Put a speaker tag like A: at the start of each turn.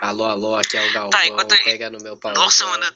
A: Alô, alô, aqui é o Galvão,
B: enquanto- Tá,
A: pega no meu pau.
B: Nossa, mano,